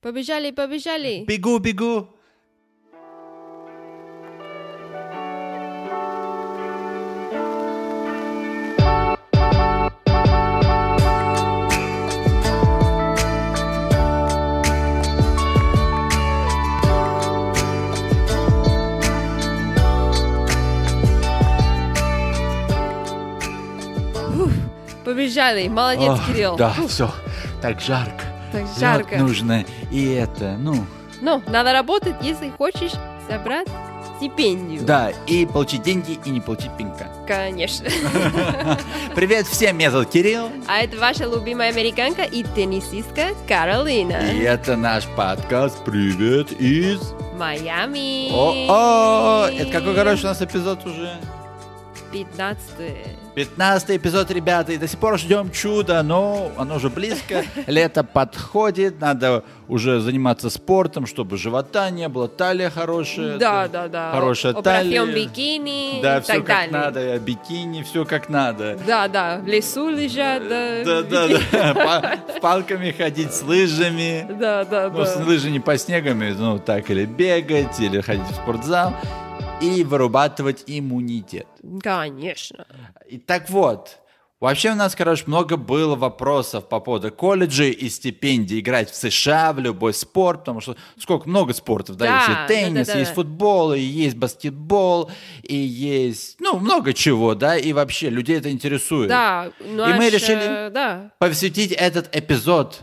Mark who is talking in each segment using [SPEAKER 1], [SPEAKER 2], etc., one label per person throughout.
[SPEAKER 1] Побежали, побежали.
[SPEAKER 2] Бегу, бегу.
[SPEAKER 1] Побежали. Молодец,
[SPEAKER 2] Ох,
[SPEAKER 1] Кирилл.
[SPEAKER 2] Да, ну все. Так жарко.
[SPEAKER 1] Так
[SPEAKER 2] Лёд
[SPEAKER 1] жарко.
[SPEAKER 2] нужно. И это, ну,
[SPEAKER 1] Но надо работать, если хочешь собрать стипендию.
[SPEAKER 2] да, и получить деньги, и не получить пинка.
[SPEAKER 1] Конечно.
[SPEAKER 2] Привет всем, меня зовут Кирилл.
[SPEAKER 1] А это ваша любимая американка и теннисистка Каролина.
[SPEAKER 2] И это наш подкаст «Привет из...»
[SPEAKER 1] Майами.
[SPEAKER 2] О-о! Это какой хороший у нас эпизод уже?
[SPEAKER 1] 15
[SPEAKER 2] 15 эпизод, ребята, и до сих пор ждем чуда, но оно уже близко, лето подходит, надо уже заниматься спортом, чтобы живота не было, талия хорошая.
[SPEAKER 1] Да, да, да.
[SPEAKER 2] Хорошая
[SPEAKER 1] О-
[SPEAKER 2] талия.
[SPEAKER 1] Оправьем бикини
[SPEAKER 2] Да,
[SPEAKER 1] и
[SPEAKER 2] все
[SPEAKER 1] так
[SPEAKER 2] как
[SPEAKER 1] далее.
[SPEAKER 2] надо, бикини, все как надо.
[SPEAKER 1] Да, да, в лесу лежат. Да,
[SPEAKER 2] Да, да,
[SPEAKER 1] бикини.
[SPEAKER 2] да, Па- с палками ходить, с лыжами.
[SPEAKER 1] да, да,
[SPEAKER 2] Ну, с
[SPEAKER 1] да.
[SPEAKER 2] лыжи не по снегами, ну, так, или бегать, или ходить в спортзал, и вырабатывать иммунитет.
[SPEAKER 1] Конечно.
[SPEAKER 2] И так вот, вообще у нас, короче, много было вопросов по поводу колледжей и стипендий играть в США, в любой спорт, потому что сколько, много спортов, да,
[SPEAKER 1] Да,
[SPEAKER 2] есть
[SPEAKER 1] да,
[SPEAKER 2] и теннис,
[SPEAKER 1] да, да,
[SPEAKER 2] есть
[SPEAKER 1] да.
[SPEAKER 2] футбол, и есть баскетбол, и есть, ну, много чего, да, и вообще людей это интересует.
[SPEAKER 1] Да,
[SPEAKER 2] И
[SPEAKER 1] наш,
[SPEAKER 2] мы решили-
[SPEAKER 1] э, Да,
[SPEAKER 2] Посвятить этот эпизод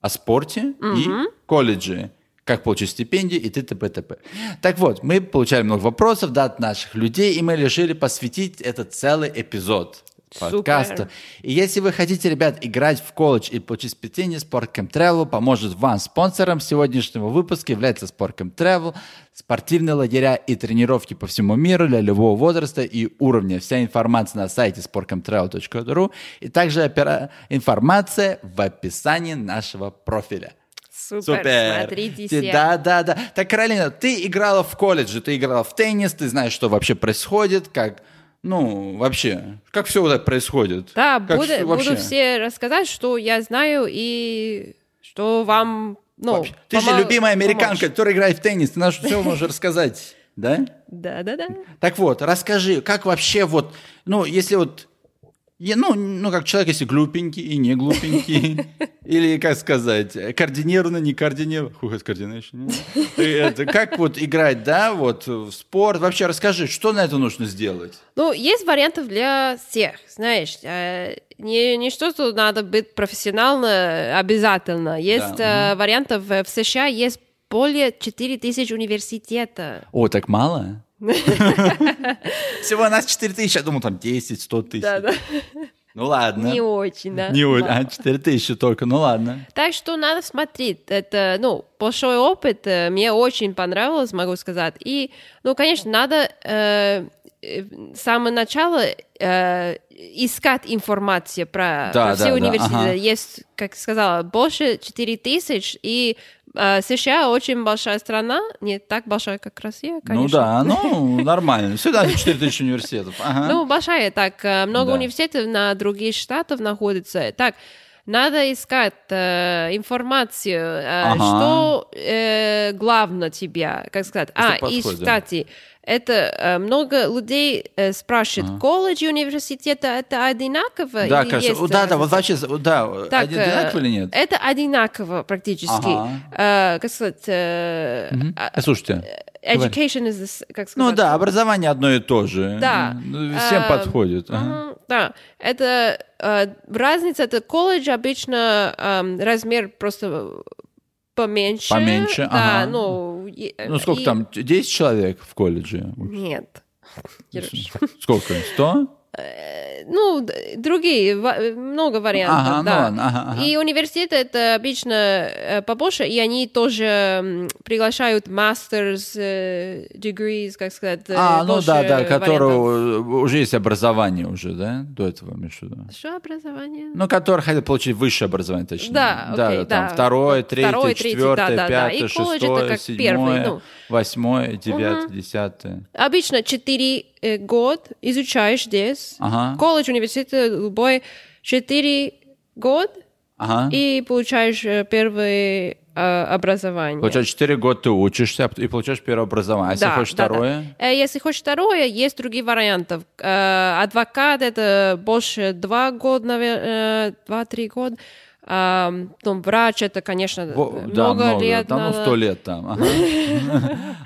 [SPEAKER 2] о спорте и колледже. Как получить стипендию и т.д. т.п. Так вот, мы получали много вопросов да, от наших людей, и мы решили посвятить этот целый эпизод
[SPEAKER 1] Супер.
[SPEAKER 2] подкаста. И если вы хотите, ребят, играть в колледж и получить стипендию, Sport Travel поможет вам. Спонсором сегодняшнего выпуска является Sport Travel, спортивные лагеря и тренировки по всему миру для любого возраста и уровня. Вся информация на сайте sportcamtravel.ru и также опера- информация в описании нашего профиля.
[SPEAKER 1] супер.
[SPEAKER 2] Супер.
[SPEAKER 1] Смотрите
[SPEAKER 2] Ты-
[SPEAKER 1] все.
[SPEAKER 2] Да, да, да. Так, Каролина, ты играла в колледже, ты играла в теннис, ты знаешь, что вообще происходит, как, ну, вообще, как все вот так происходит.
[SPEAKER 1] Да,
[SPEAKER 2] Как
[SPEAKER 1] буду,
[SPEAKER 2] всё
[SPEAKER 1] буду
[SPEAKER 2] вообще?
[SPEAKER 1] все рассказать, что я знаю и что вам, ну,
[SPEAKER 2] Вообще. Ты же
[SPEAKER 1] помо-
[SPEAKER 2] любимая американка,
[SPEAKER 1] поможет.
[SPEAKER 2] которая играет в теннис, ты нам все можешь рассказать, да?
[SPEAKER 1] Да, да, да.
[SPEAKER 2] Так вот, расскажи, как вообще вот, ну, если вот, я- ну, ну, как человек, если глупенький и не глупенький, или, как сказать, координированно, не координированно, who has coordination? И это, Как вот играть, да, вот, в спорт? Вообще расскажи, что на это нужно сделать?
[SPEAKER 1] Ну, есть вариантов для всех, знаешь, э, не, не что, что надо быть профессионально обязательно. Есть
[SPEAKER 2] Да,
[SPEAKER 1] э, вариантов э, в США, есть более 4000 университетов.
[SPEAKER 2] О, так мало? Всего нас 4 тысячи, я думал, там 10, 100
[SPEAKER 1] Да, да.
[SPEAKER 2] тысяч. Ну ладно.
[SPEAKER 1] Не очень, да.
[SPEAKER 2] Не очень,
[SPEAKER 1] Да.
[SPEAKER 2] а 4 тысячи только, ну ладно.
[SPEAKER 1] Так что надо смотреть. Это, ну, большой опыт. э, Мне очень понравилось, могу сказать. И, ну, конечно, надо э, э, с самого начала э, искать информацию про,
[SPEAKER 2] Да,
[SPEAKER 1] про все
[SPEAKER 2] да, да,
[SPEAKER 1] университеты.
[SPEAKER 2] ага.
[SPEAKER 1] Есть, как сказала, больше 4000, и э, США очень большая страна, не так большая, как Россия, конечно.
[SPEAKER 2] Ну да, ну нормально. Всегда 4 тысячи университетов. Ага.
[SPEAKER 1] Ну, большая, так, э, много
[SPEAKER 2] А? Да.
[SPEAKER 1] университетов на других штатах находится. Так, надо искать э, информацию, э,
[SPEAKER 2] Ага.
[SPEAKER 1] что э, главное тебя, как сказать. А,
[SPEAKER 2] Что
[SPEAKER 1] и,
[SPEAKER 2] подходит, да.
[SPEAKER 1] кстати, это э, много людей э, спрашивают, колледж и университет это одинаково?
[SPEAKER 2] да,
[SPEAKER 1] или
[SPEAKER 2] кажется,
[SPEAKER 1] есть,
[SPEAKER 2] да, да,
[SPEAKER 1] э,
[SPEAKER 2] вот вообще, да,
[SPEAKER 1] так,
[SPEAKER 2] один
[SPEAKER 1] э,
[SPEAKER 2] одинаково или нет?
[SPEAKER 1] Это одинаково практически. Э, как сказать, э,
[SPEAKER 2] Мгм.
[SPEAKER 1] а-
[SPEAKER 2] Э, Слушайте, говори.
[SPEAKER 1] education is, the s- как сказать?
[SPEAKER 2] ну да, образование одно и то же.
[SPEAKER 1] Да.
[SPEAKER 2] Ну, Всем
[SPEAKER 1] Э,
[SPEAKER 2] подходит. Ага.
[SPEAKER 1] Мгм, Да, это э, разница, это колледж обычно эм, размер просто поменьше.
[SPEAKER 2] Поменьше,
[SPEAKER 1] да,
[SPEAKER 2] ага.
[SPEAKER 1] ну, и-
[SPEAKER 2] Ну сколько
[SPEAKER 1] и-
[SPEAKER 2] там, 10 человек в колледже?
[SPEAKER 1] Нет. Кирюш.
[SPEAKER 2] Сколько? 100?
[SPEAKER 1] Э, Ну, д- другие, ва- э, много вариантов,
[SPEAKER 2] Ага, ну
[SPEAKER 1] да.
[SPEAKER 2] ладно, ага, ага.
[SPEAKER 1] И университеты это обычно э, побольше, и они тоже м, приглашают masters э, degrees, как сказать. э,
[SPEAKER 2] А, ну да,
[SPEAKER 1] больше
[SPEAKER 2] да,
[SPEAKER 1] вариантов.
[SPEAKER 2] которого уже есть образование уже, да, до этого, имеешь в виду?
[SPEAKER 1] Что образование?
[SPEAKER 2] Ну, которые хотят получить высшее образование, точнее.
[SPEAKER 1] Да,
[SPEAKER 2] да,
[SPEAKER 1] окей,
[SPEAKER 2] да, там
[SPEAKER 1] да.
[SPEAKER 2] второе,
[SPEAKER 1] Вот
[SPEAKER 2] третье,
[SPEAKER 1] второе, третье,
[SPEAKER 2] четвертое,
[SPEAKER 1] да, да, да.
[SPEAKER 2] пятое,
[SPEAKER 1] И колледж это
[SPEAKER 2] шестое,
[SPEAKER 1] как
[SPEAKER 2] седьмое,
[SPEAKER 1] первый, ну.
[SPEAKER 2] восьмое, девятое, десятое.
[SPEAKER 1] Обычно 4 год изучаешь здесь.
[SPEAKER 2] Ага.
[SPEAKER 1] Колледж, университет, любой 4 год
[SPEAKER 2] Ага.
[SPEAKER 1] и получаешь э, первое э, образование.
[SPEAKER 2] Получается, 4 года ты учишься а п- и получаешь первое образование. А если
[SPEAKER 1] Да,
[SPEAKER 2] хочешь
[SPEAKER 1] да, да.
[SPEAKER 2] второе?
[SPEAKER 1] Э, Если хочешь второе, есть другие варианты. Э, Адвокат это больше два года, наверное, два-три года. А, Потом врач это, конечно,
[SPEAKER 2] Во-
[SPEAKER 1] Э, много,
[SPEAKER 2] да,
[SPEAKER 1] лет.
[SPEAKER 2] да, ну
[SPEAKER 1] надо.
[SPEAKER 2] сто лет там. Ага,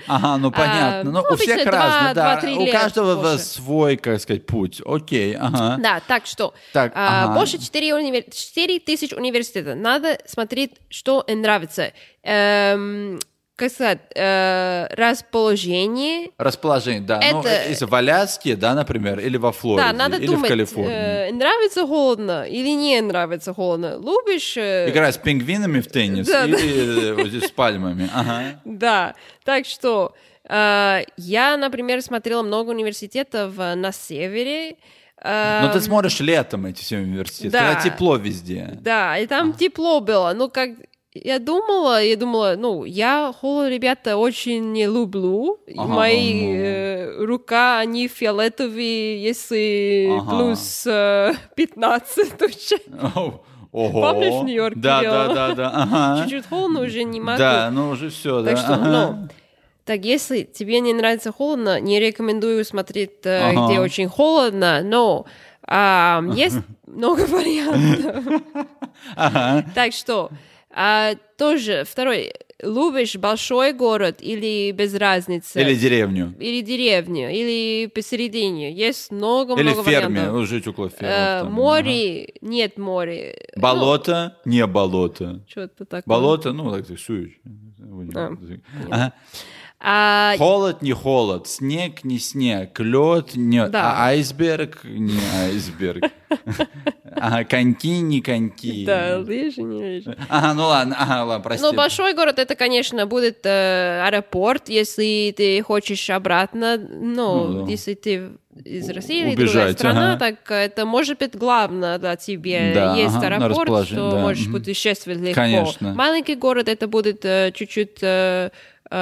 [SPEAKER 2] Ага, ну понятно. Ну,
[SPEAKER 1] ну,
[SPEAKER 2] у всех
[SPEAKER 1] обычно два-
[SPEAKER 2] разно, да.
[SPEAKER 1] два-три
[SPEAKER 2] У
[SPEAKER 1] лет
[SPEAKER 2] каждого в-
[SPEAKER 1] больше.
[SPEAKER 2] свой, как сказать, путь. Окей, ага.
[SPEAKER 1] Да, так что
[SPEAKER 2] Так,
[SPEAKER 1] а,
[SPEAKER 2] ага.
[SPEAKER 1] больше 4, тысяч университетов. Надо смотреть, что им нравится. Эм, как сказать, э, расположение.
[SPEAKER 2] Расположение, да. Ну,
[SPEAKER 1] Это-
[SPEAKER 2] если в Аляске, да, например, или во Флориде,
[SPEAKER 1] Да, надо
[SPEAKER 2] или в
[SPEAKER 1] думать,
[SPEAKER 2] Калифорнии.
[SPEAKER 1] э, нравится холодно или не нравится холодно. Любишь... э,
[SPEAKER 2] Играть с пингвинами в теннис
[SPEAKER 1] Да,
[SPEAKER 2] или э, вот здесь с пальмами. Ага.
[SPEAKER 1] Да, так что э, я, например, смотрела много университетов э, на севере. э,
[SPEAKER 2] Но ты смотришь летом эти все университеты,
[SPEAKER 1] да.
[SPEAKER 2] когда тепло везде.
[SPEAKER 1] Да, и там тепло было. Ну, как я думала, я думала, ну, я холод, ребята, очень не люблю. И
[SPEAKER 2] Ага,
[SPEAKER 1] Мои
[SPEAKER 2] ну.
[SPEAKER 1] э, рука, они фиолетовые, если
[SPEAKER 2] Ага.
[SPEAKER 1] плюс э, 15, то щ-
[SPEAKER 2] Ого.
[SPEAKER 1] Помнишь, в Нью-Йорке
[SPEAKER 2] Да,
[SPEAKER 1] делала?
[SPEAKER 2] да, да, да. ага.
[SPEAKER 1] чуть-чуть холодно уже не могу.
[SPEAKER 2] А? Да, ну уже все, да.
[SPEAKER 1] Так что,
[SPEAKER 2] ага.
[SPEAKER 1] ну, так если тебе не нравится холодно, не рекомендую смотреть, э,
[SPEAKER 2] Ага.
[SPEAKER 1] где очень холодно, но ам, есть много вариантов.
[SPEAKER 2] Ага.
[SPEAKER 1] Так что, а, тоже второй, любишь большой город или без разницы?
[SPEAKER 2] Или деревню.
[SPEAKER 1] Или деревню, или посередине. Есть
[SPEAKER 2] Или
[SPEAKER 1] много-много
[SPEAKER 2] ферме,
[SPEAKER 1] вариантов.
[SPEAKER 2] ну, жить около фермы.
[SPEAKER 1] Э, море, ну, нет моря.
[SPEAKER 2] Болото, не болото.
[SPEAKER 1] Что-то такое.
[SPEAKER 2] Болото, ну, так ты суешь.
[SPEAKER 1] А,
[SPEAKER 2] Ага.
[SPEAKER 1] А,
[SPEAKER 2] Холод, не холод, снег, не снег, лед, не
[SPEAKER 1] Да.
[SPEAKER 2] а айсберг, не айсберг. Ага, коньки, не коньки.
[SPEAKER 1] да, лыжи, не лыжи.
[SPEAKER 2] Ага, ну ладно, ага, ладно, прости.
[SPEAKER 1] Ну, большой город, это, конечно, будет э, аэропорт, если ты хочешь обратно, ну,
[SPEAKER 2] Ну да.
[SPEAKER 1] если ты из
[SPEAKER 2] У-
[SPEAKER 1] России или
[SPEAKER 2] убежать,
[SPEAKER 1] другая страна,
[SPEAKER 2] ага.
[SPEAKER 1] так это может быть главное для тебе.
[SPEAKER 2] Да,
[SPEAKER 1] Есть
[SPEAKER 2] ага, на
[SPEAKER 1] аэропорт,
[SPEAKER 2] расположение,
[SPEAKER 1] что
[SPEAKER 2] да,
[SPEAKER 1] можешь
[SPEAKER 2] мгм.
[SPEAKER 1] путешествовать легко.
[SPEAKER 2] Конечно.
[SPEAKER 1] Маленький город, это будет э, чуть-чуть, э,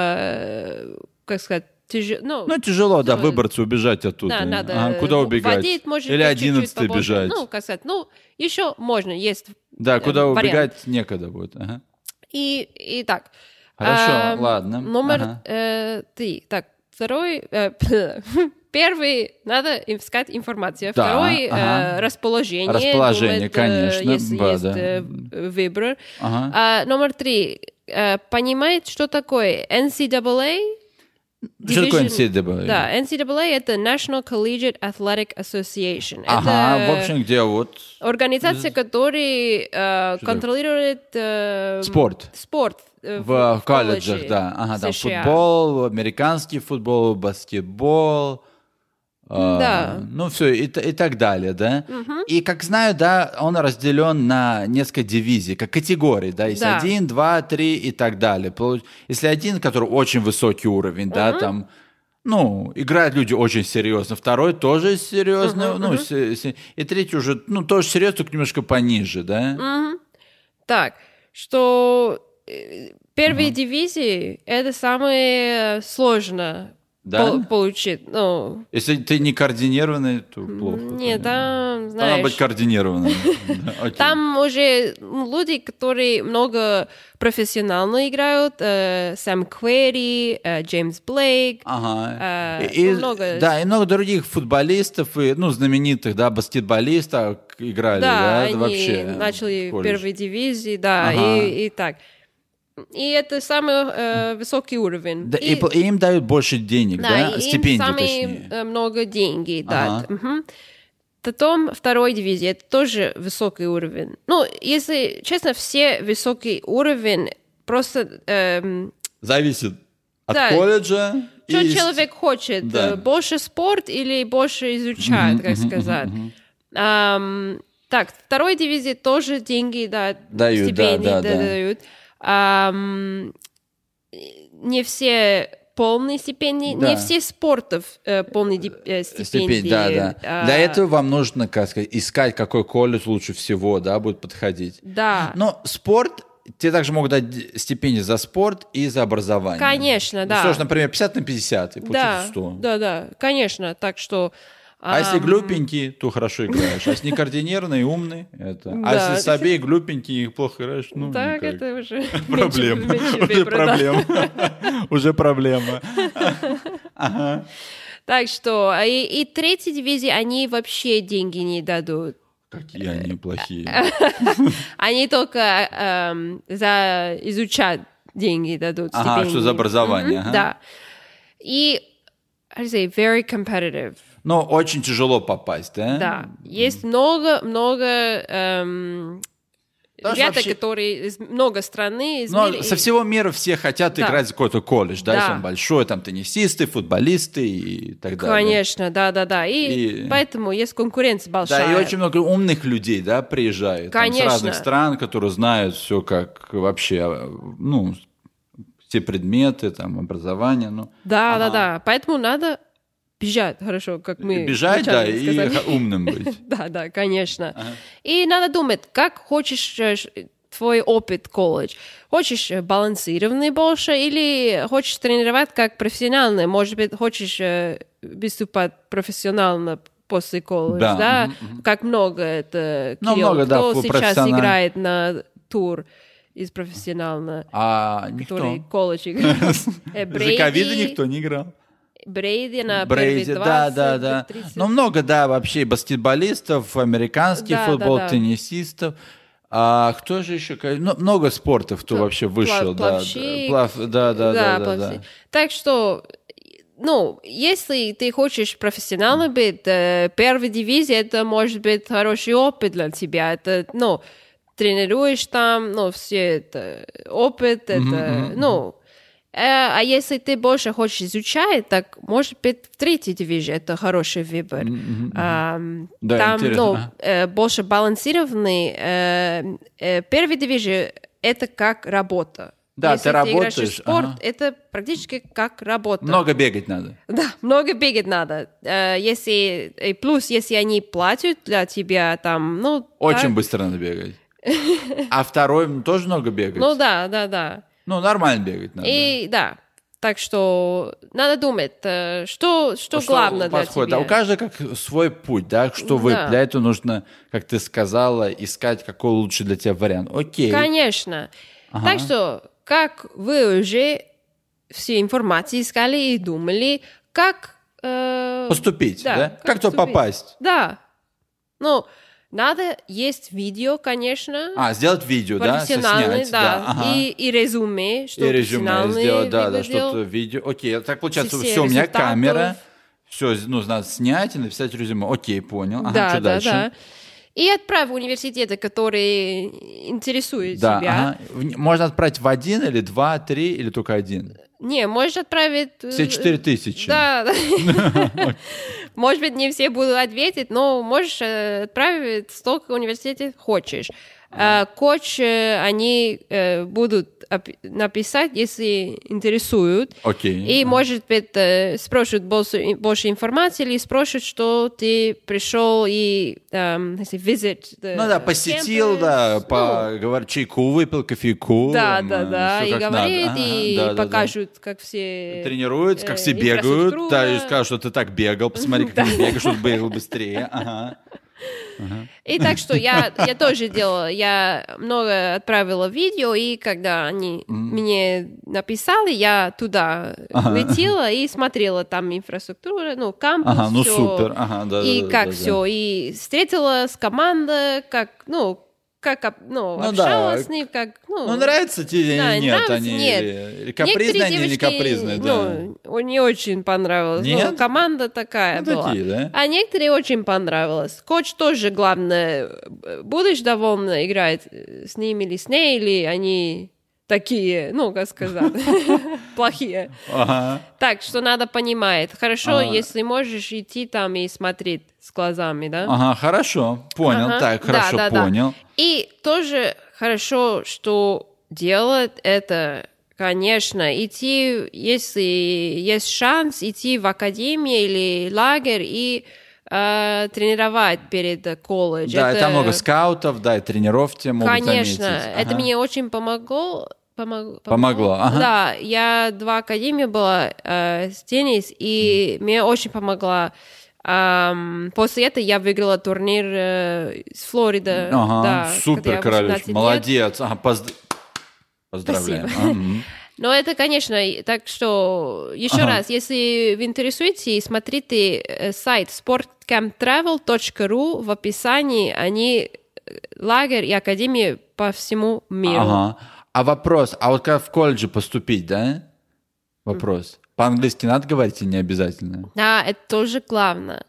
[SPEAKER 1] э, как сказать, тяжело. Ну,
[SPEAKER 2] Ну, тяжело, да,
[SPEAKER 1] Ну,
[SPEAKER 2] выбраться, убежать оттуда.
[SPEAKER 1] да, надо.
[SPEAKER 2] Ага, куда
[SPEAKER 1] ну,
[SPEAKER 2] убегать?
[SPEAKER 1] водить, может
[SPEAKER 2] Или
[SPEAKER 1] быть, чуть-чуть
[SPEAKER 2] одиннадцатый
[SPEAKER 1] побольше.
[SPEAKER 2] бежать.
[SPEAKER 1] Ну, как сказать, ну, еще можно, есть.
[SPEAKER 2] да, куда
[SPEAKER 1] вариант.
[SPEAKER 2] убегать некогда будет. Ага.
[SPEAKER 1] И, и так.
[SPEAKER 2] Хорошо,
[SPEAKER 1] Эм,
[SPEAKER 2] ладно.
[SPEAKER 1] Номер
[SPEAKER 2] Ага.
[SPEAKER 1] э, три. Так, второй... э, Первый, надо искать информацию.
[SPEAKER 2] Да,
[SPEAKER 1] Второй, э,
[SPEAKER 2] ага.
[SPEAKER 1] расположение.
[SPEAKER 2] Расположение,
[SPEAKER 1] думает, э,
[SPEAKER 2] конечно,
[SPEAKER 1] если
[SPEAKER 2] ба,
[SPEAKER 1] есть
[SPEAKER 2] да.
[SPEAKER 1] э, выбор.
[SPEAKER 2] Ага.
[SPEAKER 1] А, номер три, э, понимает, что такое
[SPEAKER 2] Э.
[SPEAKER 1] NCAA?
[SPEAKER 2] Что такое
[SPEAKER 1] division-
[SPEAKER 2] NCAA?
[SPEAKER 1] А? Да, NCAA — А это National Collegiate Athletic Association.
[SPEAKER 2] Ага,
[SPEAKER 1] это
[SPEAKER 2] в общем, где вот
[SPEAKER 1] организация, которая э,
[SPEAKER 2] Что
[SPEAKER 1] контролирует... э,
[SPEAKER 2] спорт.
[SPEAKER 1] Спорт. э,
[SPEAKER 2] В,
[SPEAKER 1] в- в
[SPEAKER 2] колледжах,
[SPEAKER 1] колледже
[SPEAKER 2] да. Ага, там
[SPEAKER 1] США.
[SPEAKER 2] футбол, американский футбол, баскетбол. э,
[SPEAKER 1] Да.
[SPEAKER 2] Ну, все, и, т- и так далее, да. И как знаю, да, он разделен на несколько дивизий, как категорий, да, есть
[SPEAKER 1] Да.
[SPEAKER 2] один, два, три и так далее. Полу- Если один, который очень высокий уровень, да, там, ну, играют люди очень серьезно, второй тоже серьезно, ну, се- се- и третий уже, ну, тоже серьезно, только немножко пониже, да.
[SPEAKER 1] Мгм. Так, что э, первые дивизии это самое сложное
[SPEAKER 2] Да?
[SPEAKER 1] пол- получить. Ну,
[SPEAKER 2] Если ты не координированный, то плохо.
[SPEAKER 1] не,
[SPEAKER 2] понятно.
[SPEAKER 1] там,
[SPEAKER 2] Надо быть
[SPEAKER 1] знаешь,
[SPEAKER 2] координированным. Да, окей.
[SPEAKER 1] там уже люди, которые много профессионально играют, э, Сэм Квери, э, Джеймс Блейк,
[SPEAKER 2] Ага.
[SPEAKER 1] э,
[SPEAKER 2] И- и-
[SPEAKER 1] много-
[SPEAKER 2] Да, и много других футболистов, и, ну, знаменитых, да, баскетболистов играли, да,
[SPEAKER 1] они
[SPEAKER 2] вообще.
[SPEAKER 1] начали
[SPEAKER 2] в колледже.
[SPEAKER 1] первые дивизии, да,
[SPEAKER 2] Ага.
[SPEAKER 1] и, и так. И это самый э, высокий уровень.
[SPEAKER 2] Да, и, пл- и им дают больше денег, да,
[SPEAKER 1] и им
[SPEAKER 2] стипендий,
[SPEAKER 1] самые
[SPEAKER 2] точнее.
[SPEAKER 1] э, много денег дают.
[SPEAKER 2] Ага.
[SPEAKER 1] Мгм. Потом второй дивизии, это тоже высокий уровень. Ну, если честно, все высокий уровень просто эм,
[SPEAKER 2] Зависит от
[SPEAKER 1] Да.
[SPEAKER 2] колледжа.
[SPEAKER 1] что
[SPEAKER 2] и-
[SPEAKER 1] человек хочет,
[SPEAKER 2] Да.
[SPEAKER 1] э, больше спорт или больше изучает,
[SPEAKER 2] Мгм,
[SPEAKER 1] как
[SPEAKER 2] мгм,
[SPEAKER 1] сказать.
[SPEAKER 2] мгм.
[SPEAKER 1] Ам, так, второй дивизии тоже деньги да,
[SPEAKER 2] Дают,
[SPEAKER 1] стипендии
[SPEAKER 2] да, да,
[SPEAKER 1] да,
[SPEAKER 2] да.
[SPEAKER 1] дают. Ам, не все полные стипендии,
[SPEAKER 2] Да.
[SPEAKER 1] не все спортов э, полные ди- э, стипендии.
[SPEAKER 2] Стипендий, да, да.
[SPEAKER 1] А,
[SPEAKER 2] Для этого вам нужно, как сказать, искать, какой колледж лучше всего, да, будет подходить.
[SPEAKER 1] Да,
[SPEAKER 2] Но спорт, тебе также могут дать д- стипендию за спорт и за образование. Ну,
[SPEAKER 1] Конечно, да.
[SPEAKER 2] Что ж, например, 50 на 50, и получить
[SPEAKER 1] да,
[SPEAKER 2] 100.
[SPEAKER 1] да, да, конечно. Так что
[SPEAKER 2] А если
[SPEAKER 1] Ам,
[SPEAKER 2] глупенький, то хорошо играешь. А если некоординированный, умный, это. А
[SPEAKER 1] Да,
[SPEAKER 2] если
[SPEAKER 1] это
[SPEAKER 2] слабее, глупенький и плохо играешь, ну,
[SPEAKER 1] так
[SPEAKER 2] никак.
[SPEAKER 1] это уже меньше-
[SPEAKER 2] Проблема.
[SPEAKER 1] меньше
[SPEAKER 2] Уже
[SPEAKER 1] выбора, да.
[SPEAKER 2] проблема. Уже проблема. Ага.
[SPEAKER 1] Так что, а и, и третьей дивизии они вообще деньги не дадут.
[SPEAKER 2] Какие они плохие.
[SPEAKER 1] Они только эм, за изучать деньги дадут.
[SPEAKER 2] Ага,
[SPEAKER 1] стипендии.
[SPEAKER 2] что за образование,
[SPEAKER 1] Мгм,
[SPEAKER 2] ага.
[SPEAKER 1] Да. И, how to say, very competitive.
[SPEAKER 2] Но очень тяжело попасть, а? да?
[SPEAKER 1] Да, есть много-много эм,
[SPEAKER 2] Потому что
[SPEAKER 1] ребята,
[SPEAKER 2] вообще-
[SPEAKER 1] которые из много страны, из
[SPEAKER 2] Но
[SPEAKER 1] мира,
[SPEAKER 2] со
[SPEAKER 1] и-
[SPEAKER 2] всего мира все хотят
[SPEAKER 1] Да.
[SPEAKER 2] играть в какой-то колледж, да,
[SPEAKER 1] Да.
[SPEAKER 2] если он большой, там теннисисты, футболисты и так далее.
[SPEAKER 1] Конечно, да-да-да. И,
[SPEAKER 2] И-
[SPEAKER 1] поэтому есть конкуренция большая.
[SPEAKER 2] Да, и очень много умных людей, да, приезжают. там,
[SPEAKER 1] Конечно.
[SPEAKER 2] с разных стран, которые знают все как вообще, э, ну, все предметы, там, образование, ну.
[SPEAKER 1] Да,
[SPEAKER 2] Ага.
[SPEAKER 1] да, да. Поэтому надо бежать, хорошо, как мы.
[SPEAKER 2] И бежать, да,
[SPEAKER 1] вначале
[SPEAKER 2] и
[SPEAKER 1] сказали.
[SPEAKER 2] х- умным быть.
[SPEAKER 1] Да, да, конечно. И надо думать, как хочешь э, ш- твой опыт колледж. Хочешь э, балансированный больше или хочешь тренировать как профессиональный? Может быть, хочешь э, выступать профессионально после колледжа,
[SPEAKER 2] Да,
[SPEAKER 1] да?
[SPEAKER 2] мгм,
[SPEAKER 1] Как много это
[SPEAKER 2] Ну,
[SPEAKER 1] Кирилл,
[SPEAKER 2] много, да,
[SPEAKER 1] кто
[SPEAKER 2] фу-
[SPEAKER 1] сейчас
[SPEAKER 2] профессионально.
[SPEAKER 1] играет на тур из профессионально,
[SPEAKER 2] А никто.
[SPEAKER 1] который колледж играет? Э,
[SPEAKER 2] За ковида
[SPEAKER 1] Брейди.
[SPEAKER 2] никто не играл.
[SPEAKER 1] Брейди на
[SPEAKER 2] Брейди,
[SPEAKER 1] первые
[SPEAKER 2] да,
[SPEAKER 1] 20,
[SPEAKER 2] да, да.
[SPEAKER 1] 30.
[SPEAKER 2] Ну, много, да, вообще баскетболистов, американский
[SPEAKER 1] Да, да,
[SPEAKER 2] футбол,
[SPEAKER 1] да.
[SPEAKER 2] теннисистов. А кто же еще? Ну, много спортов, кто
[SPEAKER 1] Пла-
[SPEAKER 2] вообще вышел.
[SPEAKER 1] плав-
[SPEAKER 2] да,
[SPEAKER 1] плавщик.
[SPEAKER 2] да, плав- да, да, да, да,
[SPEAKER 1] плохо.
[SPEAKER 2] да.
[SPEAKER 1] Так что, ну, если ты хочешь профессионалом быть, э, первая дивизия это может быть хороший опыт для тебя. Это, ну, тренируешь там, ну, все это опыт, это,
[SPEAKER 2] мгм, мгм.
[SPEAKER 1] ну. э, А если ты больше хочешь изучать, так, может быть, в третьей дивизии это хороший выбор.
[SPEAKER 2] Мгм, мгм.
[SPEAKER 1] Ам,
[SPEAKER 2] Да,
[SPEAKER 1] там,
[SPEAKER 2] интересно.
[SPEAKER 1] ну,
[SPEAKER 2] Ага.
[SPEAKER 1] э, больше балансированный. э, э, первый дивизия — это как работа.
[SPEAKER 2] Да,
[SPEAKER 1] Если
[SPEAKER 2] ты
[SPEAKER 1] играешь в
[SPEAKER 2] работаешь,
[SPEAKER 1] спорт,
[SPEAKER 2] ага.
[SPEAKER 1] это практически как работа.
[SPEAKER 2] Много бегать надо.
[SPEAKER 1] Да, много бегать надо. Э, если и плюс, если они платят для тебя, там, ну,
[SPEAKER 2] Очень
[SPEAKER 1] так-
[SPEAKER 2] быстро надо бегать. А второй м, тоже много бегать.
[SPEAKER 1] ну
[SPEAKER 2] Ну,
[SPEAKER 1] да, да, да.
[SPEAKER 2] нормально бегать надо. Ну,
[SPEAKER 1] И да. Так что надо думать, э, что, что,
[SPEAKER 2] Что
[SPEAKER 1] главное для
[SPEAKER 2] подходит.
[SPEAKER 1] тебя.
[SPEAKER 2] А у каждого как свой путь, да, что вы.
[SPEAKER 1] Да.
[SPEAKER 2] Для этого нужно, как ты сказала, искать, какой лучший для тебя вариант. Окей.
[SPEAKER 1] Конечно.
[SPEAKER 2] Ага.
[SPEAKER 1] Так что, как вы уже все информации искали и думали, как... э,
[SPEAKER 2] Поступить, да?
[SPEAKER 1] Да,
[SPEAKER 2] Как,
[SPEAKER 1] как
[SPEAKER 2] то
[SPEAKER 1] поступить?
[SPEAKER 2] попасть?
[SPEAKER 1] Да. Ну, надо есть видео, конечно.
[SPEAKER 2] А, сделать видео, да?
[SPEAKER 1] профессиональный,
[SPEAKER 2] соснять,
[SPEAKER 1] да.
[SPEAKER 2] ага.
[SPEAKER 1] И, и резюме, что
[SPEAKER 2] И резюме
[SPEAKER 1] профессиональный
[SPEAKER 2] сделать, да, да,
[SPEAKER 1] выглядел.
[SPEAKER 2] что-то видео. Окей, а так получается,
[SPEAKER 1] Все
[SPEAKER 2] все, у меня
[SPEAKER 1] результатов.
[SPEAKER 2] камера, все, ну, надо снять и написать резюме. Окей, понял. Ага,
[SPEAKER 1] да,
[SPEAKER 2] что
[SPEAKER 1] да,
[SPEAKER 2] дальше?
[SPEAKER 1] да. И отправь в университеты, которые интересуют
[SPEAKER 2] Да,
[SPEAKER 1] тебя.
[SPEAKER 2] ага. В- Можно отправить в один или два, три или только один?
[SPEAKER 1] Не, можешь отправить... э,
[SPEAKER 2] Все четыре тысячи.
[SPEAKER 1] Да, да. Может быть, не все будут ответить, но можешь э, отправить столько университетов хочешь. А, Коч, э, они э, будут опи- написать, если интересуют.
[SPEAKER 2] Окей.
[SPEAKER 1] И, может быть, э, спрашивают больше, больше информации или спрашивают, что ты пришел и эм, если visit the
[SPEAKER 2] Ну да, посетил,
[SPEAKER 1] campus.
[SPEAKER 2] да,
[SPEAKER 1] Ну,
[SPEAKER 2] по, говорю, чайку выпил, кофейку.
[SPEAKER 1] да,
[SPEAKER 2] эм,
[SPEAKER 1] да, да,
[SPEAKER 2] всё
[SPEAKER 1] и
[SPEAKER 2] как
[SPEAKER 1] говорит,
[SPEAKER 2] надо.
[SPEAKER 1] и
[SPEAKER 2] Ага, да, да, да.
[SPEAKER 1] покажут, как все...
[SPEAKER 2] Тренируются, как
[SPEAKER 1] э,
[SPEAKER 2] все бегают. Да, и
[SPEAKER 1] инфраструктура.
[SPEAKER 2] скажут, что ты так бегал, посмотри, как ты бегаешь, чтобы бегал быстрее. Ага.
[SPEAKER 1] И так что я, я тоже делала, я много отправила видео, и когда они мне написали, я туда
[SPEAKER 2] Ага.
[SPEAKER 1] летела и смотрела там инфраструктуру, ну, кампус,
[SPEAKER 2] Ага, ну
[SPEAKER 1] всё.
[SPEAKER 2] супер. Ага, да,
[SPEAKER 1] и
[SPEAKER 2] да, да,
[SPEAKER 1] как
[SPEAKER 2] да, да.
[SPEAKER 1] все, и встретила с командой, как, ну, как, об- ну,
[SPEAKER 2] Ну да,
[SPEAKER 1] общалась с ним, как, ну...
[SPEAKER 2] Ну, нравится тебе
[SPEAKER 1] Да,
[SPEAKER 2] или нет?
[SPEAKER 1] нравится,
[SPEAKER 2] они
[SPEAKER 1] нет.
[SPEAKER 2] или- или
[SPEAKER 1] Некоторые
[SPEAKER 2] капризные они, или не
[SPEAKER 1] девочки,
[SPEAKER 2] капризные, да.
[SPEAKER 1] ну, о- не очень понравилось. Ну,
[SPEAKER 2] Нет?
[SPEAKER 1] команда такая
[SPEAKER 2] Ну,
[SPEAKER 1] была.
[SPEAKER 2] такие, да?
[SPEAKER 1] А некоторые очень понравилось. Коч тоже, главное, э, будешь довольна играть э, с ним или с ней, или они такие, ну, как сказать, плохие.
[SPEAKER 2] Ага.
[SPEAKER 1] Так, что надо понимать. Хорошо,
[SPEAKER 2] А.
[SPEAKER 1] если можешь идти там и смотреть с глазами, да?
[SPEAKER 2] Ага, хорошо, понял,
[SPEAKER 1] Ага.
[SPEAKER 2] так,
[SPEAKER 1] Да,
[SPEAKER 2] хорошо,
[SPEAKER 1] да, да.
[SPEAKER 2] понял.
[SPEAKER 1] И тоже хорошо, что делать это, конечно, идти, если есть шанс, идти в академию или лагерь и э, тренировать перед э, колледж.
[SPEAKER 2] Да, и
[SPEAKER 1] Это-
[SPEAKER 2] там много скаутов, да, и тренировки могут
[SPEAKER 1] э, Конечно,
[SPEAKER 2] заметить.
[SPEAKER 1] это
[SPEAKER 2] Ага.
[SPEAKER 1] мне очень помогло. помог-
[SPEAKER 2] Помогло, ага.
[SPEAKER 1] Да, я два академии была э, с теннис, и мне очень помогла Ам, после этого я выиграла турнир э, из Флориды.
[SPEAKER 2] Ага,
[SPEAKER 1] да, когда
[SPEAKER 2] супер,
[SPEAKER 1] я
[SPEAKER 2] королев,
[SPEAKER 1] 18 лет.
[SPEAKER 2] молодец. Ага, позд- Поздравляем.
[SPEAKER 1] Спасибо.
[SPEAKER 2] А, мгм.
[SPEAKER 1] Но это, конечно, и- так что еще
[SPEAKER 2] Ага.
[SPEAKER 1] раз, если вы интересуете, смотрите э, сайт sportcamptravel.ru в описании, они э, лагерь и академии по всему миру.
[SPEAKER 2] Ага. А вопрос, а вот как в колледже поступить, да? Вопрос. По-английски надо говорить или не обязательно?
[SPEAKER 1] Да, это тоже главное.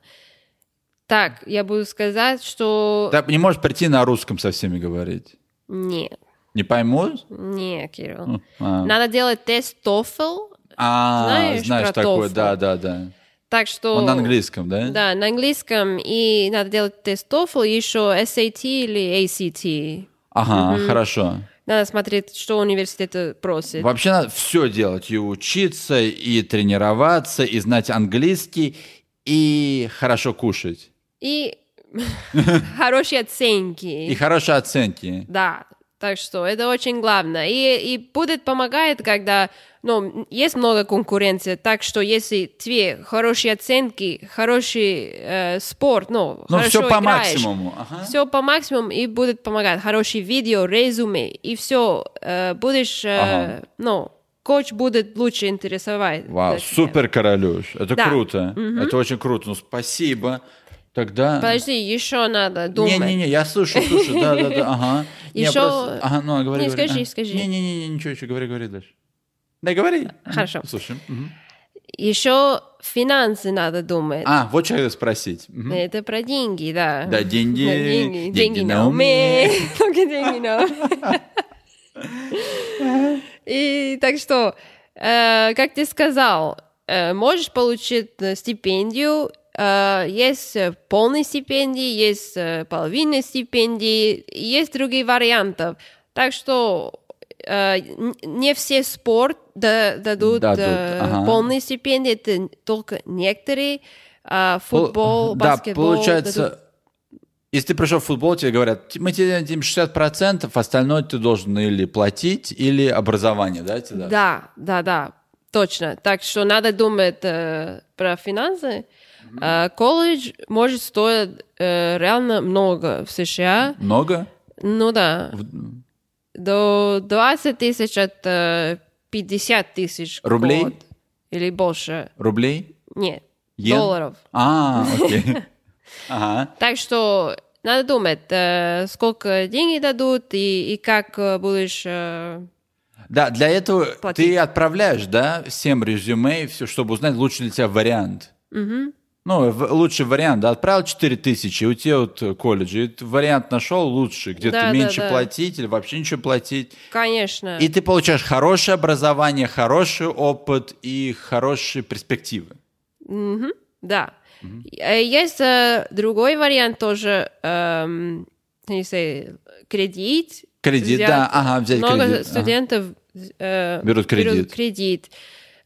[SPEAKER 1] Так, я буду сказать, что...
[SPEAKER 2] Так не можешь прийти на русском со всеми говорить.
[SPEAKER 1] Нет,
[SPEAKER 2] Не поймут?
[SPEAKER 1] не, Кирилл.
[SPEAKER 2] Ну, а.
[SPEAKER 1] Надо делать тест TOEFL,
[SPEAKER 2] А,
[SPEAKER 1] Знаешь
[SPEAKER 2] знаешь
[SPEAKER 1] про
[SPEAKER 2] такой,
[SPEAKER 1] TOEFL?
[SPEAKER 2] да, да, да.
[SPEAKER 1] так что...
[SPEAKER 2] Он на английском, да?
[SPEAKER 1] Да, на английском, и надо делать тест TOEFL, и еще SAT или ACT.
[SPEAKER 2] Ага, хорошо.
[SPEAKER 1] Надо смотреть, что университет просит.
[SPEAKER 2] Вообще надо все делать, и учиться, и тренироваться, и знать английский, и хорошо кушать,
[SPEAKER 1] И хорошие
[SPEAKER 2] и
[SPEAKER 1] оценки.
[SPEAKER 2] хорошие оценки.
[SPEAKER 1] Да, так что это очень главное. И, и будет помогает, когда ну, есть много конкуренции, так что если тебе хорошие оценки, хороший э, спорт, ну,
[SPEAKER 2] Ну,
[SPEAKER 1] хорошо
[SPEAKER 2] все по
[SPEAKER 1] играешь,
[SPEAKER 2] максимуму. Ага.
[SPEAKER 1] Все по максимуму и будет помогать. Хорошие видео, резюме и все. будешь, э,
[SPEAKER 2] Ага.
[SPEAKER 1] ну, коуч будет лучше интересовать.
[SPEAKER 2] Вау,
[SPEAKER 1] Да.
[SPEAKER 2] супер, королюш. Это
[SPEAKER 1] Да.
[SPEAKER 2] круто. Это очень круто. Ну, спасибо. Тогда...
[SPEAKER 1] Подожди, еще надо думать.
[SPEAKER 2] Не-не-не, я слушаю, слушаю, да-да-да, ага. Не,
[SPEAKER 1] Ещё-
[SPEAKER 2] просто- Ага, ну, говори,
[SPEAKER 1] Не,
[SPEAKER 2] говори.
[SPEAKER 1] скажи,
[SPEAKER 2] А.
[SPEAKER 1] скажи.
[SPEAKER 2] Не-не-не, ничего еще, говори, говори дальше. Да, говори.
[SPEAKER 1] Хорошо.
[SPEAKER 2] Слушай.
[SPEAKER 1] Еще финансы надо думать.
[SPEAKER 2] А, вот что я хотел спросить. Мгм.
[SPEAKER 1] Это про деньги, да.
[SPEAKER 2] Да, деньги,
[SPEAKER 1] Да, деньги. Деньги на уме. Только деньги на уме. И так что, э, как ты сказал, э, можешь получить э, стипендию. э, Есть э, полные стипендии, есть э, половинные стипендии, есть другие варианты. Так что э, н- не все спорт да- дадут,
[SPEAKER 2] Дадут,
[SPEAKER 1] э,
[SPEAKER 2] ага.
[SPEAKER 1] полные стипендии, это только некоторые. А,
[SPEAKER 2] Пол-
[SPEAKER 1] футбол,
[SPEAKER 2] да,
[SPEAKER 1] баскетбол.
[SPEAKER 2] получается,
[SPEAKER 1] дадут-
[SPEAKER 2] если ты пришел в футбол, тебе говорят, «Ти- мы тебе дадим 60%, остальное ты должен или платить, или образование, да, тебе
[SPEAKER 1] Да.
[SPEAKER 2] дадут?
[SPEAKER 1] да, да, точно. Так что надо думать э, про финансы. Э, колледж может стоить э, реально много в США.
[SPEAKER 2] Много?
[SPEAKER 1] Ну да,
[SPEAKER 2] В-
[SPEAKER 1] до 20 тысяч от э, 50 тысяч в
[SPEAKER 2] Рублей?
[SPEAKER 1] год. Или больше.
[SPEAKER 2] Рублей?
[SPEAKER 1] Нет,
[SPEAKER 2] Йен?
[SPEAKER 1] долларов.
[SPEAKER 2] А, окей. Ага.
[SPEAKER 1] Так что надо думать, э, сколько денег дадут и, и как э, будешь... э,
[SPEAKER 2] Да, для этого
[SPEAKER 1] Платить.
[SPEAKER 2] ты отправляешь, да, всем резюме и все, чтобы узнать, лучше для тебя вариант.
[SPEAKER 1] мгм.
[SPEAKER 2] Ну, в- лучший вариант, да, отправил 4000, и у тебя вот э, колледж, и ты вариант нашел лучший, где
[SPEAKER 1] Да, да,
[SPEAKER 2] ты меньше
[SPEAKER 1] да.
[SPEAKER 2] платить или вообще ничего платить.
[SPEAKER 1] Конечно.
[SPEAKER 2] И ты получаешь хорошее образование, хороший опыт и хорошие перспективы.
[SPEAKER 1] Мгм, да. Э, Есть э, другой вариант тоже, эм, как не знаю, кредит.
[SPEAKER 2] Кредит,
[SPEAKER 1] взять.
[SPEAKER 2] да, ага, взять
[SPEAKER 1] Много
[SPEAKER 2] кредит. ага.
[SPEAKER 1] студентов э,
[SPEAKER 2] Берут кредит.
[SPEAKER 1] кредит.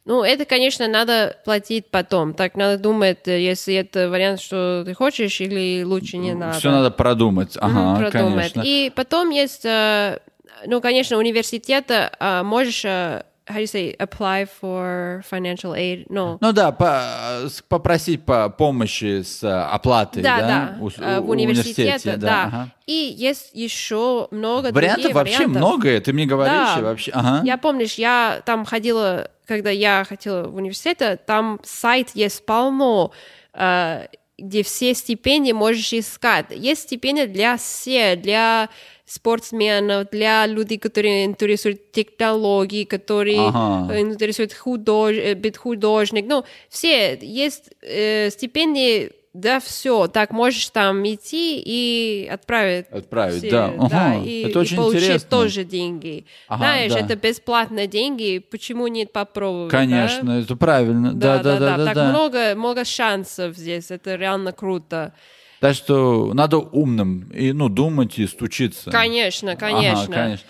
[SPEAKER 1] Ну, это, конечно, надо платить потом. Так надо думать, э, если это вариант, что ты хочешь, или лучше не надо.
[SPEAKER 2] Все Ну, надо продумать,
[SPEAKER 1] Мгм,
[SPEAKER 2] ага,
[SPEAKER 1] продумать.
[SPEAKER 2] конечно.
[SPEAKER 1] И потом есть, э, ну, конечно, университета э, можешь, э, how do you say, apply for financial aid, no,
[SPEAKER 2] Ну да, по- с- попросить по помощи с э, оплатой, да,
[SPEAKER 1] Да, да,
[SPEAKER 2] у-
[SPEAKER 1] э, в
[SPEAKER 2] у-
[SPEAKER 1] университете, да.
[SPEAKER 2] ага.
[SPEAKER 1] И есть еще много
[SPEAKER 2] Вариантов
[SPEAKER 1] других
[SPEAKER 2] вообще
[SPEAKER 1] вариантов.
[SPEAKER 2] много, ты мне говоришь,
[SPEAKER 1] Да.
[SPEAKER 2] и вообще, ага.
[SPEAKER 1] Я помнишь, я там ходила, когда я хотела в университет, а там сайт есть полно, э, где все стипендии можешь искать. Есть стипендии для всех, для спортсменов, для людей, которые интересуют технологии, которые
[SPEAKER 2] Ага.
[SPEAKER 1] э, интересуют худож... э, быть художник. Ну, все есть э, стипендии, да, все. Так можешь там идти и отправить.
[SPEAKER 2] Отправить,
[SPEAKER 1] все,
[SPEAKER 2] да. ага.
[SPEAKER 1] э, и,
[SPEAKER 2] Это
[SPEAKER 1] и
[SPEAKER 2] очень
[SPEAKER 1] получить
[SPEAKER 2] интересно.
[SPEAKER 1] тоже деньги.
[SPEAKER 2] Ага,
[SPEAKER 1] Знаешь,
[SPEAKER 2] да.
[SPEAKER 1] это бесплатные деньги, почему нет попробовать? да?
[SPEAKER 2] Конечно, это правильно. Да, да, да, да.
[SPEAKER 1] Так
[SPEAKER 2] да.
[SPEAKER 1] много, много шансов здесь, это реально круто.
[SPEAKER 2] Так что надо умным и ну думать и стучиться.
[SPEAKER 1] Конечно,
[SPEAKER 2] Ага,
[SPEAKER 1] конечно.
[SPEAKER 2] конечно.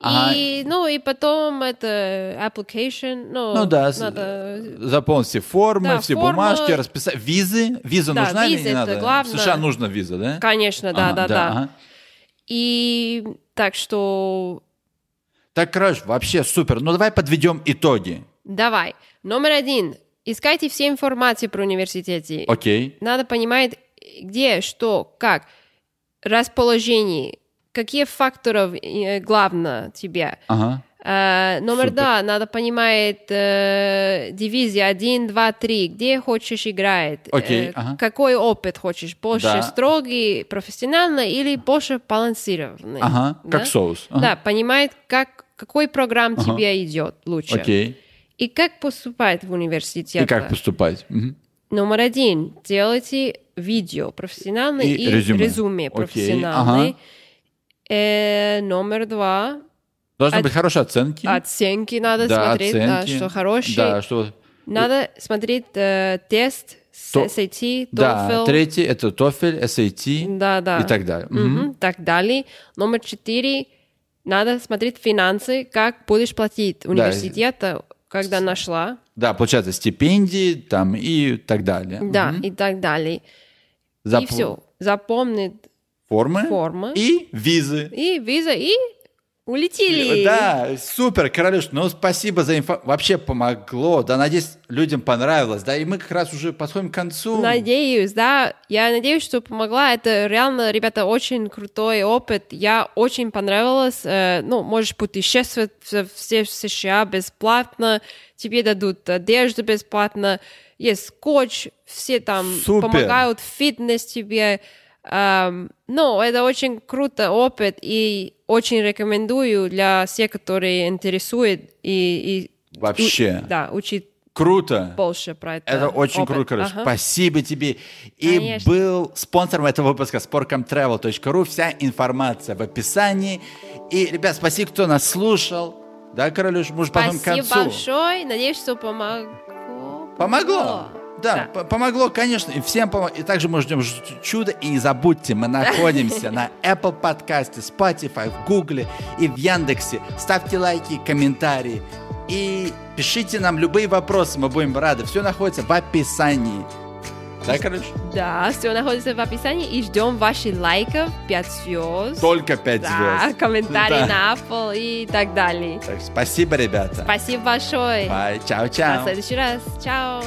[SPEAKER 2] Ага.
[SPEAKER 1] И, ну, и потом это application, ну,
[SPEAKER 2] Ну да, с-
[SPEAKER 1] надо
[SPEAKER 2] заполнить все формы,
[SPEAKER 1] Да,
[SPEAKER 2] все
[SPEAKER 1] формы.
[SPEAKER 2] бумажки, расписать. Визы? Виза
[SPEAKER 1] Да,
[SPEAKER 2] нужна или
[SPEAKER 1] виза
[SPEAKER 2] не
[SPEAKER 1] это
[SPEAKER 2] надо?
[SPEAKER 1] главное.
[SPEAKER 2] В США нужна виза, да?
[SPEAKER 1] Конечно, да,
[SPEAKER 2] Ага,
[SPEAKER 1] да, да.
[SPEAKER 2] ага.
[SPEAKER 1] И так что
[SPEAKER 2] Так, короче, вообще супер. Ну давай подведем итоги.
[SPEAKER 1] давай. Номер один. Искайте все информации про университеты.
[SPEAKER 2] Окей.
[SPEAKER 1] Надо понимать, где, что, как, расположение, какие факторов э, главное тебе.
[SPEAKER 2] Ага.
[SPEAKER 1] Э, номер
[SPEAKER 2] Супер.
[SPEAKER 1] да, надо понимать э, дивизия 1, 2, 3, где хочешь играть,
[SPEAKER 2] Окей, ага.
[SPEAKER 1] какой опыт хочешь, больше
[SPEAKER 2] Да.
[SPEAKER 1] строгий, профессиональный или больше балансированный.
[SPEAKER 2] Ага.
[SPEAKER 1] да?
[SPEAKER 2] Как соус. Ага.
[SPEAKER 1] Да, понимает, как, какой программ
[SPEAKER 2] Ага.
[SPEAKER 1] тебе идет лучше.
[SPEAKER 2] Окей.
[SPEAKER 1] И как поступать в университет.
[SPEAKER 2] И как поступать? Мгм.
[SPEAKER 1] Номер один. Делайте видео профессиональное
[SPEAKER 2] И
[SPEAKER 1] и,
[SPEAKER 2] резюме.
[SPEAKER 1] резюме,
[SPEAKER 2] Окей,
[SPEAKER 1] профессиональное.
[SPEAKER 2] ага.
[SPEAKER 1] Э, номер два.
[SPEAKER 2] Должны
[SPEAKER 1] От-
[SPEAKER 2] быть хорошие оценки.
[SPEAKER 1] Оценки надо
[SPEAKER 2] Да,
[SPEAKER 1] смотреть, да,
[SPEAKER 2] оценки.
[SPEAKER 1] что хорошие.
[SPEAKER 2] Да, что...
[SPEAKER 1] Надо смотреть э, тест с
[SPEAKER 2] То-
[SPEAKER 1] SAT,
[SPEAKER 2] Да,
[SPEAKER 1] TOEFL.
[SPEAKER 2] третий — это TOEFL, SAT
[SPEAKER 1] Да, да.
[SPEAKER 2] и так далее. Мгм.
[SPEAKER 1] Мгм, так далее. Номер четыре. Надо смотреть финансы, как будешь платить университета, когда нашла.
[SPEAKER 2] Да, получается, стипендии там и так далее.
[SPEAKER 1] Да,
[SPEAKER 2] Мгм.
[SPEAKER 1] и так далее.
[SPEAKER 2] Запо-
[SPEAKER 1] И все. Запомнить
[SPEAKER 2] Формы,
[SPEAKER 1] формы.
[SPEAKER 2] и визы.
[SPEAKER 1] И виза, и улетели.
[SPEAKER 2] Да, супер, Королюш, ну спасибо за инфо. Вообще помогло, да, надеюсь, людям понравилось, да, и мы как раз уже подходим к концу.
[SPEAKER 1] Надеюсь, да. Я надеюсь, что помогла. Это реально, ребята, очень крутой опыт. Я очень понравилась. Э, Ну, можешь путешествовать в- все в США бесплатно. Тебе дадут одежду бесплатно. Есть скотч. Все там
[SPEAKER 2] Супер.
[SPEAKER 1] помогают. Фитнес тебе. Эм, Ну, это очень круто опыт. И очень рекомендую для всех, которые интересуют и... и-
[SPEAKER 2] Вообще.
[SPEAKER 1] у- да, учить
[SPEAKER 2] Круто.
[SPEAKER 1] больше про это.
[SPEAKER 2] Это очень
[SPEAKER 1] опыт.
[SPEAKER 2] круто, Королюш.
[SPEAKER 1] Ага.
[SPEAKER 2] Спасибо тебе. И
[SPEAKER 1] Конечно.
[SPEAKER 2] был спонсором этого выпуска sportcomtravel.ru. Вся информация в описании. И, ребят, спасибо, кто нас слушал. Да, Королюш, может, потом к
[SPEAKER 1] Спасибо
[SPEAKER 2] концу.
[SPEAKER 1] большое. Надеюсь, что помогло.
[SPEAKER 2] Помогло. Да, по- помогло, конечно, и всем помогло. И также мы ждем ж- чудо. И не забудьте, мы находимся на Apple подкасте, Spotify, в Гугле и в Яндексе. Ставьте лайки, комментарии и пишите нам любые вопросы, мы будем рады. Все находится в описании. Да, короче?
[SPEAKER 1] Да, все находится в описании. И ждем ваши лайков, 5 звезд.
[SPEAKER 2] Только 5
[SPEAKER 1] Да,
[SPEAKER 2] звезд.
[SPEAKER 1] комментарии
[SPEAKER 2] Да.
[SPEAKER 1] на Apple и так далее.
[SPEAKER 2] Так, спасибо, ребята.
[SPEAKER 1] Спасибо большое.
[SPEAKER 2] Бай,
[SPEAKER 1] До
[SPEAKER 2] чао-чао.
[SPEAKER 1] следующий раз. Чао.